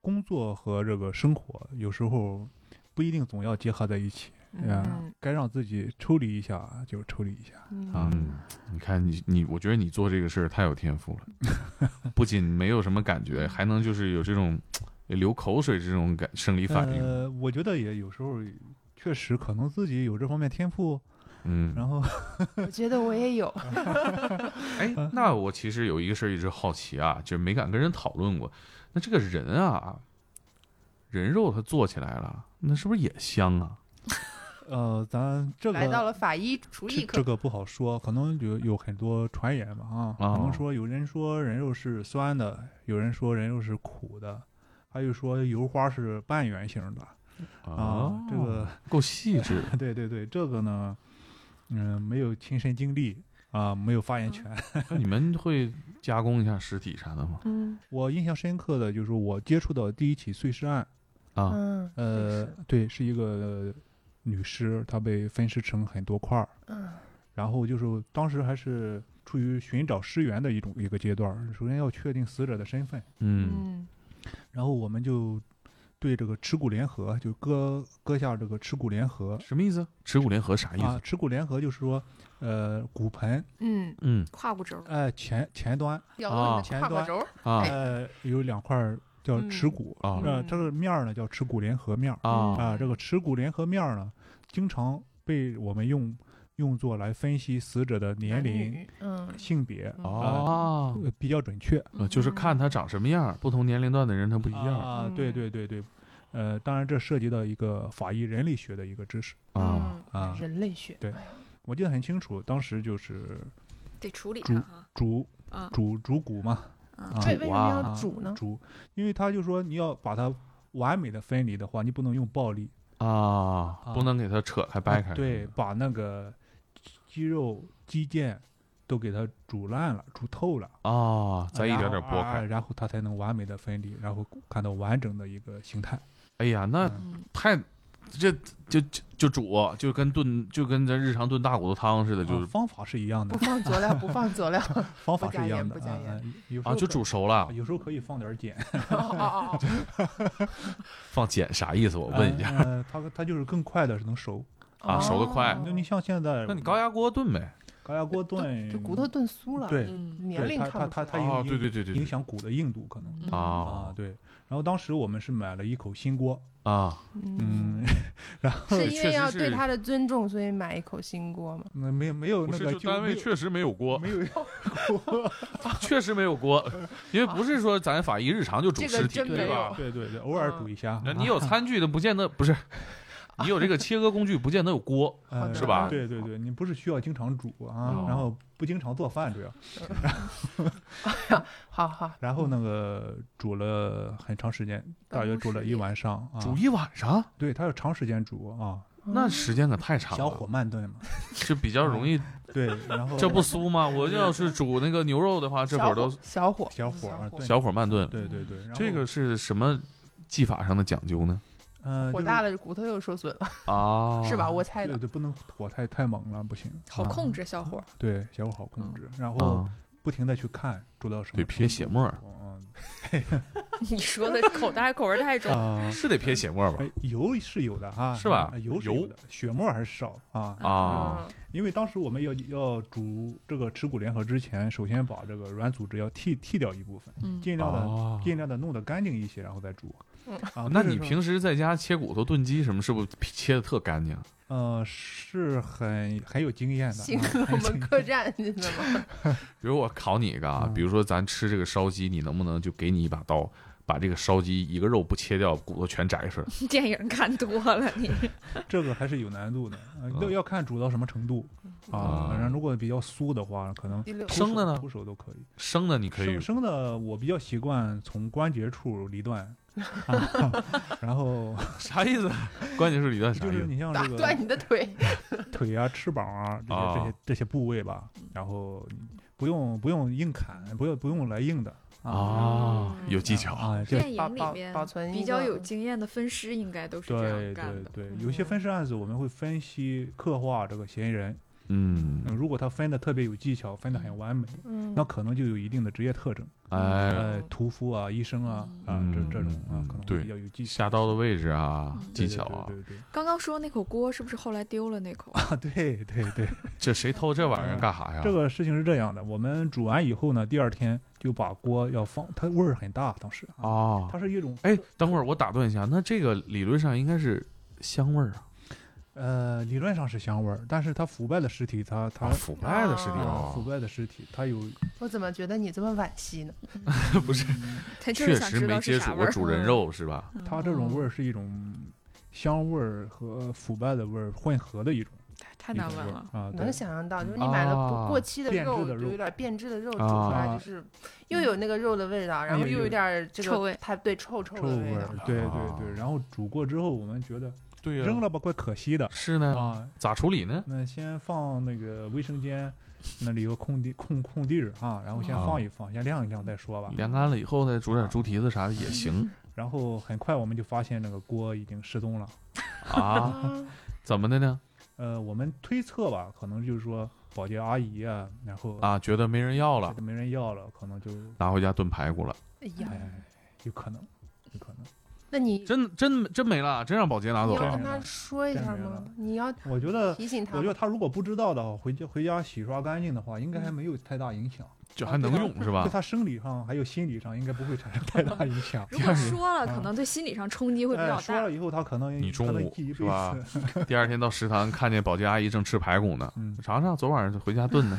Speaker 8: 工作和这个生活有时候不一定总要结合在一起，啊
Speaker 6: 嗯，
Speaker 8: 该让自己抽离一下就抽离一下，
Speaker 1: 啊
Speaker 6: 嗯，
Speaker 1: 你看你你，我觉得你做这个事儿太有天赋了， 不仅没有什么感觉，还能就是有这种流口水这种感生理反应。
Speaker 8: 呃，我觉得也有时候确实可能自己有这方面天赋，
Speaker 1: 嗯，
Speaker 8: 然后
Speaker 6: 我觉得我也 有，
Speaker 8: 嗯
Speaker 1: 哎，那我其实有一个事儿一直好奇啊，就是没敢跟人讨论过。那这个人啊，人肉他做起来了，那是不是也香啊？
Speaker 8: 呃，咱这个
Speaker 6: 来到了法医厨
Speaker 8: 这
Speaker 6: 艺课，
Speaker 8: 这个不好说，可能有有很多传言嘛啊，可
Speaker 1: 哦
Speaker 8: 能说有人说人肉是酸的，有人说人肉是苦的，还有说油花是半圆形的
Speaker 1: 哦
Speaker 8: 啊。这个，
Speaker 1: 够细致。
Speaker 8: 对对对，这个呢，嗯、没有亲身经历啊，没有
Speaker 1: 嗯
Speaker 8: 发言权。
Speaker 1: 那你们会加工一下尸体啥的吗？
Speaker 6: 嗯
Speaker 8: 我印象深刻的就是我接触到第一起碎尸案，
Speaker 1: 啊，
Speaker 6: 嗯
Speaker 8: 呃，对，是一个女尸，她被分尸成很多块儿。
Speaker 6: 嗯
Speaker 8: 然后就是当时还是处于寻找尸源的一种一个阶段，首先要确定死者的身份，
Speaker 1: 嗯
Speaker 6: 嗯
Speaker 8: 然后我们就对这个耻骨联合就割割下这个耻骨联合
Speaker 1: 什么意思？耻骨联合啥意
Speaker 8: 啊
Speaker 1: 思？，
Speaker 8: 耻骨联合就是说呃骨盆
Speaker 6: 嗯，
Speaker 1: 嗯
Speaker 7: 胯骨轴儿，
Speaker 8: 呃前前端
Speaker 6: 咬到你的
Speaker 8: 前
Speaker 6: 胯骨
Speaker 8: 端
Speaker 6: 轴儿，
Speaker 1: 啊
Speaker 6: 哎
Speaker 8: 呃有两块儿叫耻骨，
Speaker 1: 啊
Speaker 8: 那
Speaker 6: 嗯
Speaker 8: 这个面儿呢叫耻骨联合面儿
Speaker 1: 啊
Speaker 8: 啊，这个耻骨联合面儿呢，经常被我们用用作来分析死者的年
Speaker 6: 男
Speaker 8: 龄、啊
Speaker 6: 女，嗯，
Speaker 8: 性别，
Speaker 1: 哦，
Speaker 8: 呃比较准确。
Speaker 1: 呃就是
Speaker 7: 嗯
Speaker 1: 看他长什么样儿，不同年龄段的人他不一样儿
Speaker 6: 嗯
Speaker 8: 啊，对对对对，呃，当然这涉及到一个法医人类学的一个知识。
Speaker 1: 啊。
Speaker 6: 嗯
Speaker 8: 啊
Speaker 6: 人类学，
Speaker 8: 对我记得很清楚，当时就是
Speaker 7: 得处理
Speaker 8: 猪
Speaker 7: 它啊
Speaker 8: 主
Speaker 7: 啊
Speaker 8: 主主骨嘛，
Speaker 7: 啊
Speaker 6: 为为什么要
Speaker 8: 啊
Speaker 6: 煮呢？
Speaker 8: 主，因为他就说你要把它完美的分离的话，你不能用暴力
Speaker 1: 啊，
Speaker 8: 啊哎
Speaker 1: 不能给他扯开掰开。嗯
Speaker 8: 对，把那个肌肉肌腱都给它煮烂了、煮透了，
Speaker 1: 啊，再一点点剥
Speaker 8: 然后啊
Speaker 1: 开。
Speaker 8: 然后它才能完美的分离，然后看到完整的一个形态。
Speaker 1: 哎呀，那
Speaker 7: 嗯
Speaker 1: 太这就就就煮，就跟炖，就跟咱日常炖大骨头汤似的，就
Speaker 8: 啊
Speaker 1: 是
Speaker 8: 方法是一样
Speaker 6: 不
Speaker 8: 的，
Speaker 6: 放佐料，不放佐料，
Speaker 8: 方法
Speaker 6: 不
Speaker 8: 是
Speaker 6: 加
Speaker 8: 一样
Speaker 6: 盐
Speaker 8: 的
Speaker 6: 不加盐
Speaker 8: 啊，哎有时
Speaker 1: 啊，
Speaker 8: 候
Speaker 1: 就
Speaker 8: 可
Speaker 1: 煮熟了，
Speaker 8: 有时候可以放点儿碱，
Speaker 6: 哦哦哦
Speaker 1: 放碱啥意思？我
Speaker 8: 我
Speaker 1: 问一下。
Speaker 8: 呃，它它就是更快的是能熟。
Speaker 6: 哦，
Speaker 1: 啊熟得快
Speaker 8: 那你像现在，
Speaker 1: 那你高压锅炖呗。
Speaker 8: 高压锅炖，
Speaker 6: 就骨头炖酥了，
Speaker 8: 对
Speaker 7: 嗯
Speaker 6: 年龄
Speaker 8: 它
Speaker 6: 看
Speaker 8: 它
Speaker 6: 不出
Speaker 8: 它
Speaker 6: 来。
Speaker 8: 它
Speaker 1: 哦
Speaker 8: 影
Speaker 1: 对对对对对
Speaker 8: 影响骨的硬度可能
Speaker 7: 嗯
Speaker 1: 啊
Speaker 8: 啊，对。然后当时我们是买了一口新锅，
Speaker 1: 啊，
Speaker 8: 嗯，
Speaker 6: 是因
Speaker 1: 确
Speaker 6: 为
Speaker 1: 实
Speaker 6: 要
Speaker 1: 是
Speaker 6: 对他的尊重，所以买一口新锅嘛。
Speaker 8: 那 没有没有
Speaker 1: 嗯不
Speaker 8: 那
Speaker 1: 是，
Speaker 8: 个
Speaker 1: 就单位
Speaker 8: 没有
Speaker 1: 确实没有锅，
Speaker 8: 没有
Speaker 1: 确实没有锅，因为不是说咱法医日常就煮
Speaker 6: 这个
Speaker 1: 尸体，
Speaker 6: 真没
Speaker 1: 对
Speaker 6: 有
Speaker 1: 吧？
Speaker 8: 对对对，偶尔煮一
Speaker 1: 嗯
Speaker 8: 下啊
Speaker 1: 那，你有餐具的，不见得不是，你有这个切割工具，不见得有锅
Speaker 8: 呃
Speaker 1: 是吧
Speaker 8: 对对对，你不是需要经常煮
Speaker 1: 哦
Speaker 8: 啊，然后不经常做饭主要，
Speaker 6: 好好，
Speaker 8: 然后那个煮了很长时间，大约煮了一晚上 啊，
Speaker 1: 煮一晚上，
Speaker 8: 对，它要长时间煮啊，
Speaker 1: 那
Speaker 6: 嗯
Speaker 1: 时间可太长啊
Speaker 8: 小火嗯
Speaker 1: 了，
Speaker 8: 慢炖 嘛，
Speaker 1: 就比较容易，
Speaker 8: 对，然后
Speaker 1: 这不酥吗？我要是煮那个牛肉的话，这会儿都
Speaker 6: 小火，
Speaker 8: 小火儿炖，
Speaker 1: 小火慢炖。
Speaker 8: 对对对，然后
Speaker 1: 这个是什么技法上的讲究呢？
Speaker 8: 呃，
Speaker 6: 火
Speaker 8: 就是
Speaker 6: 大了骨头又受损了，
Speaker 1: 啊，
Speaker 8: 哦
Speaker 6: 是吧？？我猜
Speaker 8: 对
Speaker 6: 的。
Speaker 8: 对，不能火太太猛了，不行。
Speaker 7: 好
Speaker 8: 啊
Speaker 7: 控制小伙儿，
Speaker 8: 对，小火好控制，然后
Speaker 1: 啊，
Speaker 8: 不停的去看煮到什么。
Speaker 1: 得撇血。沫儿，
Speaker 8: 嗯
Speaker 7: 你说的口袋口味太重
Speaker 8: 嗯啊，
Speaker 1: 是得撇血沫儿吧？
Speaker 8: 哎，油是有的哈，
Speaker 1: 是吧
Speaker 8: 啊油是有的，血沫还是少啊。
Speaker 1: 啊，
Speaker 8: 因为当时我们要要煮这个耻骨联合之前，首先把这个软组织要剃剃掉一部分，
Speaker 7: 嗯
Speaker 8: 尽量的
Speaker 1: 哦
Speaker 8: 尽量的弄得干净一些，然后再煮
Speaker 6: 嗯。
Speaker 8: 啊，
Speaker 1: 那
Speaker 8: 不是
Speaker 1: 你
Speaker 8: 说
Speaker 1: 平时在家切骨头、炖鸡什么，是不是切的特干净？
Speaker 8: 呃是很很有经验的啊，
Speaker 6: 嗯行， 我们客栈，你知道吗？
Speaker 1: 比如我考你一个啊，
Speaker 8: 嗯
Speaker 1: 比如说咱吃这个烧鸡，你能不能就给你一把刀，把这个烧鸡一个肉不切掉，骨头全摘出来？
Speaker 7: 电影看多了 你，
Speaker 8: 这个还是有难度的，呃
Speaker 1: 嗯
Speaker 8: 要、要看煮到什么程度
Speaker 1: 嗯
Speaker 8: 啊。然后如果比较酥的话，可能
Speaker 6: 第六
Speaker 8: 徒
Speaker 1: 哦生的
Speaker 8: 手
Speaker 1: 呢
Speaker 8: 徒手都可以。
Speaker 1: 生的你可以
Speaker 8: 生生的我比较习惯从关节处离 断，啊、 然后
Speaker 1: 啥意思？ 关键是里段啥
Speaker 8: 就
Speaker 1: 意
Speaker 8: 是
Speaker 1: 思？
Speaker 8: 你像
Speaker 6: 打
Speaker 8: 这
Speaker 6: 断
Speaker 8: 个
Speaker 6: 你的腿，
Speaker 8: 腿啊、翅膀啊这些、
Speaker 1: 啊
Speaker 8: 这些这些部位吧，然后你不用不用硬砍，不用不用来硬的
Speaker 1: 啊，有技巧
Speaker 8: 啊。这
Speaker 7: 电
Speaker 6: 保
Speaker 7: 影里
Speaker 6: 保
Speaker 7: 面
Speaker 6: 保存一
Speaker 7: 比较
Speaker 6: 个
Speaker 7: 有经验的分尸应该都是这
Speaker 8: 对
Speaker 7: 样干
Speaker 8: 对
Speaker 7: 的。嗯
Speaker 8: 对，有些分尸案子我们会分析刻画这个嫌疑人，
Speaker 1: 嗯，
Speaker 8: 嗯如果他分的特别有技巧，分的很完美，
Speaker 6: 嗯
Speaker 8: 那可能就有一定的职业特征。
Speaker 1: 哎，
Speaker 8: 呃，屠夫啊、医生啊啊
Speaker 1: 嗯，
Speaker 8: 这这种啊
Speaker 1: 嗯，
Speaker 8: 可能
Speaker 1: 对
Speaker 8: 会比较有技巧
Speaker 1: 下刀的位置啊，
Speaker 7: 嗯
Speaker 1: 技巧啊
Speaker 8: 对，对啊
Speaker 7: 刚刚说那口锅是不是后来丢了那 口？
Speaker 8: 对对对对 对，
Speaker 1: 这谁偷这玩意儿干啥呀？
Speaker 8: 嗯这个事情是这样的，我们煮完以后呢，第二天就把锅要放，它味儿很大，当时啊，
Speaker 1: 啊，
Speaker 8: 它是一种
Speaker 1: 哎，等会儿我打断一下，那这个理论上应该是香味儿啊，
Speaker 8: 呃，理论上是香味儿，但是它腐败的尸体，它它
Speaker 1: 啊腐败的尸体
Speaker 8: 啊腐
Speaker 1: 哦，
Speaker 8: 败的尸体，它有
Speaker 6: 我怎么觉得你这么惋惜呢？
Speaker 1: 不是，
Speaker 7: 他就
Speaker 1: 确
Speaker 7: 是想
Speaker 1: 实
Speaker 7: 知
Speaker 1: 没
Speaker 7: 道
Speaker 1: 接
Speaker 7: 是
Speaker 1: 触
Speaker 7: 啥味
Speaker 1: 过
Speaker 7: 儿。
Speaker 1: 煮人肉是吧？
Speaker 7: 嗯
Speaker 8: 它这种味儿是一种香味儿和腐败的味儿混合的一种
Speaker 7: 太
Speaker 8: 一种
Speaker 7: 难闻
Speaker 8: 味儿
Speaker 7: 了。
Speaker 8: 啊，对
Speaker 6: 能想象到，就是你买了
Speaker 1: 啊
Speaker 6: 不过期的
Speaker 8: 变质
Speaker 6: 肉，
Speaker 8: 的
Speaker 6: 就
Speaker 8: 肉
Speaker 6: 有点变质的肉煮出来，
Speaker 1: 啊
Speaker 6: 就是又有那个肉的味道，然后
Speaker 8: 嗯
Speaker 6: 又有点儿这个
Speaker 7: 臭味。
Speaker 6: 它对臭臭
Speaker 8: 臭
Speaker 6: 的
Speaker 8: 味
Speaker 6: 道
Speaker 8: 儿，，对对对，然后煮过之后，我们觉得
Speaker 1: 啊对嗯
Speaker 8: 扔了吧，怪可惜的
Speaker 1: 是呢，
Speaker 8: 啊，
Speaker 1: 咋处理呢？
Speaker 8: 那先放那个卫生间，那里有个空地空空地儿啊，然后先
Speaker 1: 啊
Speaker 8: 放一放，先晾一晾再说吧。
Speaker 1: 晾干了以后再煮点猪蹄子啥的也 行
Speaker 8: 然后很快我们就发现那个锅已经失踪了。
Speaker 1: 啊？怎么的呢？
Speaker 8: 呃，我们推测吧，可能就是说保洁阿姨啊，然后
Speaker 1: 啊，觉得没人要
Speaker 8: 觉
Speaker 1: 了，
Speaker 8: 得没人要了，可能就
Speaker 1: 拿回家炖排骨了。
Speaker 6: 哎呀，
Speaker 8: 哎，有可能，有可能。
Speaker 6: 那你
Speaker 1: 真真真没了，真让保洁拿
Speaker 6: 你
Speaker 1: 走
Speaker 6: 要
Speaker 1: 了
Speaker 6: 跟。他说一
Speaker 8: 真
Speaker 6: 下
Speaker 8: 没
Speaker 6: 吗
Speaker 8: 了？
Speaker 6: 你要
Speaker 8: 我觉得，
Speaker 6: 提醒他
Speaker 8: 我
Speaker 6: 吗
Speaker 8: 觉得他如果不知道的话，回家回家洗刷干净的话，应该
Speaker 6: 嗯
Speaker 8: 还没有太大影响，
Speaker 1: 就还能用是吧
Speaker 8: 对？他生理上还有心理上应该不会产生太大影响
Speaker 7: 如果说了，
Speaker 8: 啊
Speaker 7: 可能对心理上冲击会比
Speaker 8: 哎，
Speaker 7: 较
Speaker 8: 说
Speaker 7: 大
Speaker 8: 了。以后他可能
Speaker 1: 你中
Speaker 8: 他的
Speaker 1: 午
Speaker 8: 记忆
Speaker 1: 是
Speaker 8: 被
Speaker 1: 吧
Speaker 8: 刺
Speaker 1: 第二天到食堂看见保洁阿姨正吃排骨呢，
Speaker 8: 嗯，
Speaker 1: 尝尝昨晚上回家 炖的，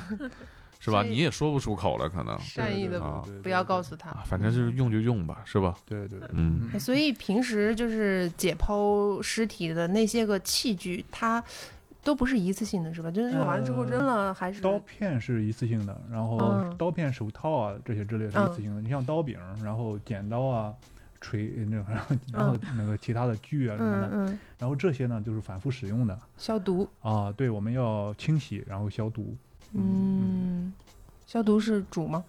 Speaker 1: 是吧？
Speaker 6: 所以
Speaker 1: 你也说不出口了，可能
Speaker 6: 善意的
Speaker 1: 啊
Speaker 6: 不要告诉他。
Speaker 1: 啊，反正就是用就用吧，是吧？
Speaker 8: 对对对，
Speaker 1: 嗯，
Speaker 6: 哎所以平时就是解剖尸体的那些个器具，它都不是一次性的，是吧？就是用完了之后
Speaker 8: 呃
Speaker 6: 扔了，还是
Speaker 8: 刀片是一次性的，然后
Speaker 6: 嗯
Speaker 8: 刀片、手套啊这些之类是一次性的。你像刀柄，然后剪刀啊、锤 那种，然后然后那个其他的锯啊什么
Speaker 6: 嗯
Speaker 8: 的，
Speaker 6: 嗯
Speaker 8: 然后这些呢就是反复使用的
Speaker 6: 消毒，
Speaker 8: 啊。对，我们要清洗，然后消毒。
Speaker 6: 嗯，消毒是煮吗？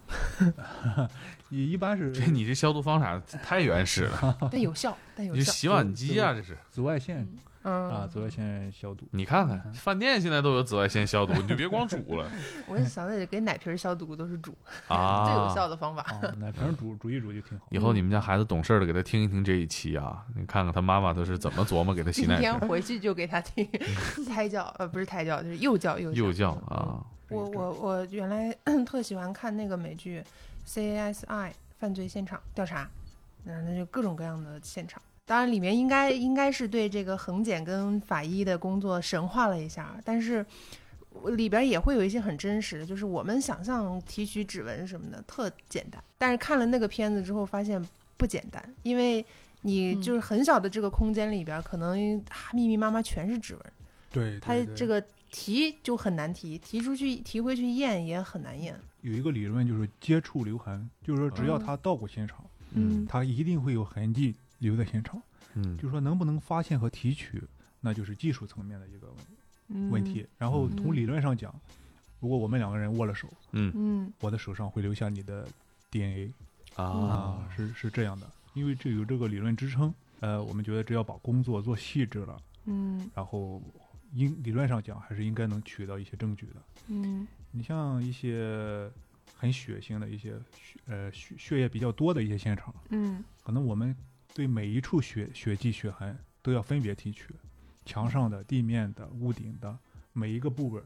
Speaker 8: 一一般是
Speaker 1: 这你这消毒方法太原始 了，
Speaker 6: 但有效，但有
Speaker 1: 你
Speaker 6: 效，
Speaker 1: 洗碗机啊，这是。
Speaker 8: 紫外线
Speaker 6: 嗯
Speaker 8: 啊，紫外线消毒。
Speaker 1: 你看看，饭店现在都有紫外线消毒，你就别光煮 了
Speaker 6: 我也想的给奶瓶消毒都是煮，
Speaker 1: 啊！
Speaker 6: 最有效的方法。
Speaker 8: 啊，奶瓶煮煮一煮就挺好。
Speaker 6: 嗯
Speaker 1: 以后你们家孩子懂事儿了，给他听一听这一期啊，你看看他妈妈都是怎么琢磨给他洗
Speaker 6: 今
Speaker 1: 奶
Speaker 6: 天
Speaker 1: 瓶，
Speaker 6: 回去就给他听 胎教，呃，不是胎教，就是幼教，幼
Speaker 1: 幼教
Speaker 6: 嗯
Speaker 1: 啊，
Speaker 6: 我我我原来 特喜欢看那个美剧《CSI 犯罪现场调查》，嗯，那就各种各样的现场。当然，里面应该应该是对这个横检跟法医的工作神化了一下，但是我里边也会有一些很真实的，就是我们想象提取指纹什么的特简单，但是看了那个片子之后发现不简单，因为你
Speaker 7: 嗯
Speaker 6: 就是很小的这个空间里边，可能、啊密密麻麻全是指纹。
Speaker 8: 对
Speaker 6: 它这个提就很难提，提出去提回去验也很难验。
Speaker 8: 有一个理论就是接触留痕，就是说只要他到过现场，
Speaker 1: 嗯
Speaker 8: 他一定会有痕迹留在现场。
Speaker 1: 嗯
Speaker 8: 就是说能不能发现和提取，那就是技术层面的一个问
Speaker 7: 嗯
Speaker 8: 问题。然后从理论上讲，如果我们两个人握了手，
Speaker 1: 嗯
Speaker 6: 嗯，
Speaker 8: 我的手上会留下你的 DNA
Speaker 1: 啊
Speaker 8: 啊，，是是这样的，因为这有这个理论支撑。呃，我们觉得只要把工作做细致了，
Speaker 6: 嗯
Speaker 8: 然后应理论上讲还是应该能取到一些证据的。
Speaker 6: 嗯
Speaker 8: 你像一些很血腥的一些血呃血血液比较多的一些现场，
Speaker 6: 嗯
Speaker 8: 可能我们对每一处血血迹、血痕都要分别提取，墙上的、地面的、屋顶的每一个部位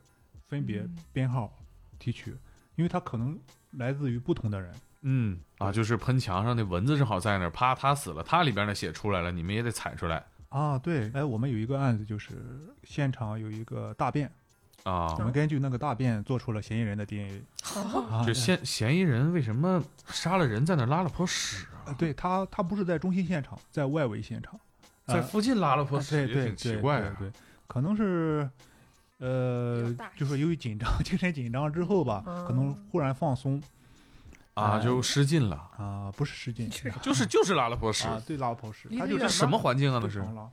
Speaker 8: 分别
Speaker 6: 嗯
Speaker 8: 编号提取，因为它可能来自于不同的人。
Speaker 1: 嗯啊，就是喷墙上那蚊子正好在那儿，啪，他死了，他里边的血出来了，你们也得采出来
Speaker 8: 啊，对，哎，我们有一个案子，就是现场有一个大便，
Speaker 1: 啊
Speaker 6: 嗯
Speaker 8: 我。们根据那个大便做出了嫌疑人的 DNA。啊
Speaker 1: 这嫌嫌疑人为什么杀了人在那儿拉了泼屎啊？
Speaker 8: 呃对他，他不是在中心现场，在外围现场，
Speaker 1: 在
Speaker 8: 呃
Speaker 1: 附近拉了泼
Speaker 8: 啊对
Speaker 1: 屎也
Speaker 8: 对
Speaker 1: 挺奇
Speaker 8: 对
Speaker 1: 怪
Speaker 8: 对
Speaker 1: 啊。
Speaker 8: 对，可能是，
Speaker 7: 比
Speaker 8: 呃
Speaker 7: 较大，
Speaker 8: 就说由于紧张、精神紧张之后吧，可能忽然放松
Speaker 1: 啊，
Speaker 8: 哎
Speaker 1: 就失禁了，
Speaker 8: 啊、不是失禁
Speaker 1: 就是就是拉了泼屎，
Speaker 8: 啊，对拉泡屎，
Speaker 6: 离
Speaker 8: 他
Speaker 6: 得
Speaker 8: 就
Speaker 1: 这
Speaker 6: 远
Speaker 8: 是
Speaker 1: 什么环境啊？
Speaker 8: 不
Speaker 1: 这是
Speaker 8: 了。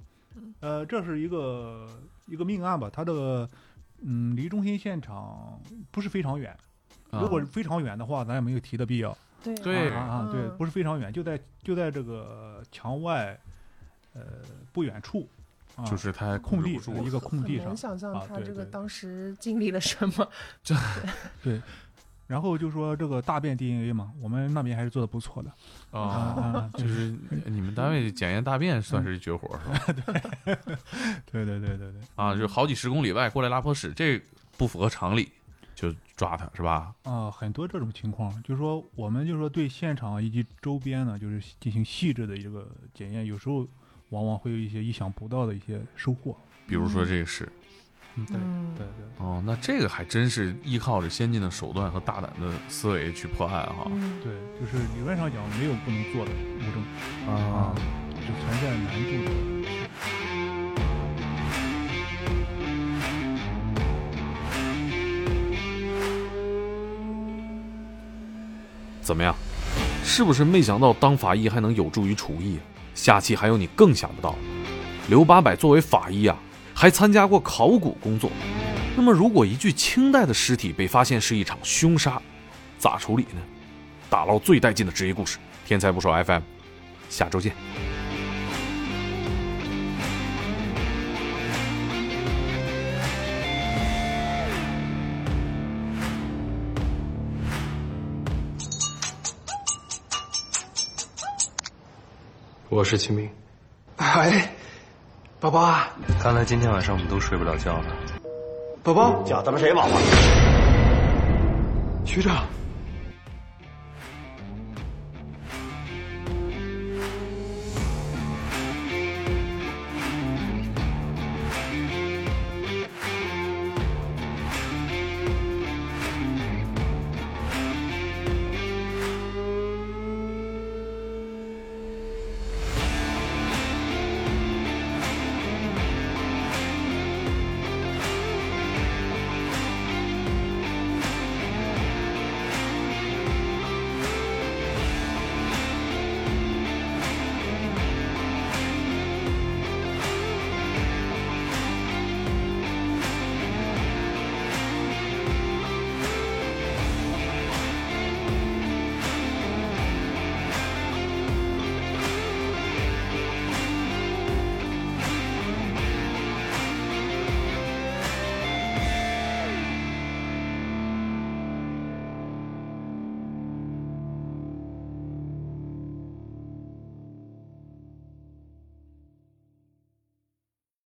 Speaker 8: 呃，这是一个一个命案吧，它的嗯离中心现场不是非常远，
Speaker 1: 啊
Speaker 8: 如果非常远的话，咱也没有提的必要。
Speaker 6: 对
Speaker 1: 对
Speaker 8: 啊啊，对，
Speaker 6: 嗯
Speaker 8: 不是非常远，就在就在这个墙外，呃不远处，啊、
Speaker 1: 就是他控
Speaker 8: 空
Speaker 1: 制
Speaker 8: 地
Speaker 1: 不住
Speaker 8: 一
Speaker 1: 了
Speaker 8: 个空
Speaker 6: 很
Speaker 8: 地上
Speaker 6: 难，想象
Speaker 8: 啊
Speaker 6: 他
Speaker 8: 对
Speaker 6: 这个
Speaker 8: 对
Speaker 6: 当时经历了什么。
Speaker 8: 然后就说这个大便 DNA 嘛，我们那边还是做的不错的啊
Speaker 1: 啊。
Speaker 8: 啊，就
Speaker 1: 就是是你们单位检验大便算是一绝活儿是吧？
Speaker 8: 对对对对对
Speaker 1: 啊，就是好几十公里外过来拉泼屎，这不符合常理，就抓他是吧？
Speaker 8: 啊，很多这种情况，就是说我们就是说对现场以及周边呢，就是进行细致的一个检验，有时候往往会有一些意想不到的一些收获。
Speaker 1: 比如说这个是
Speaker 8: 嗯，对
Speaker 6: 嗯
Speaker 8: 对对，
Speaker 1: 哦，那这个还真是依靠着先进的手段和大胆的思维去破案哈
Speaker 6: 嗯
Speaker 8: 对，就是理论上讲没有不能做的物
Speaker 1: 啊
Speaker 8: 证啊，就存在难度的。
Speaker 5: 怎么样？是不是没想到当法医还能有助于厨艺啊？下期还有你更想不到。刘八百作为法医啊，还参加过考古工作。那么，如果一具清代的尸体被发现是一场凶杀，咋处理呢？打捞最带劲的职业故事，天才捕手 FM，下周见。
Speaker 4: 我是秦明，
Speaker 9: 哎，宝宝啊，
Speaker 4: 看来今天晚上我们都睡不了觉了。
Speaker 9: 宝宝，
Speaker 10: 叫他们谁宝宝？
Speaker 9: 学长，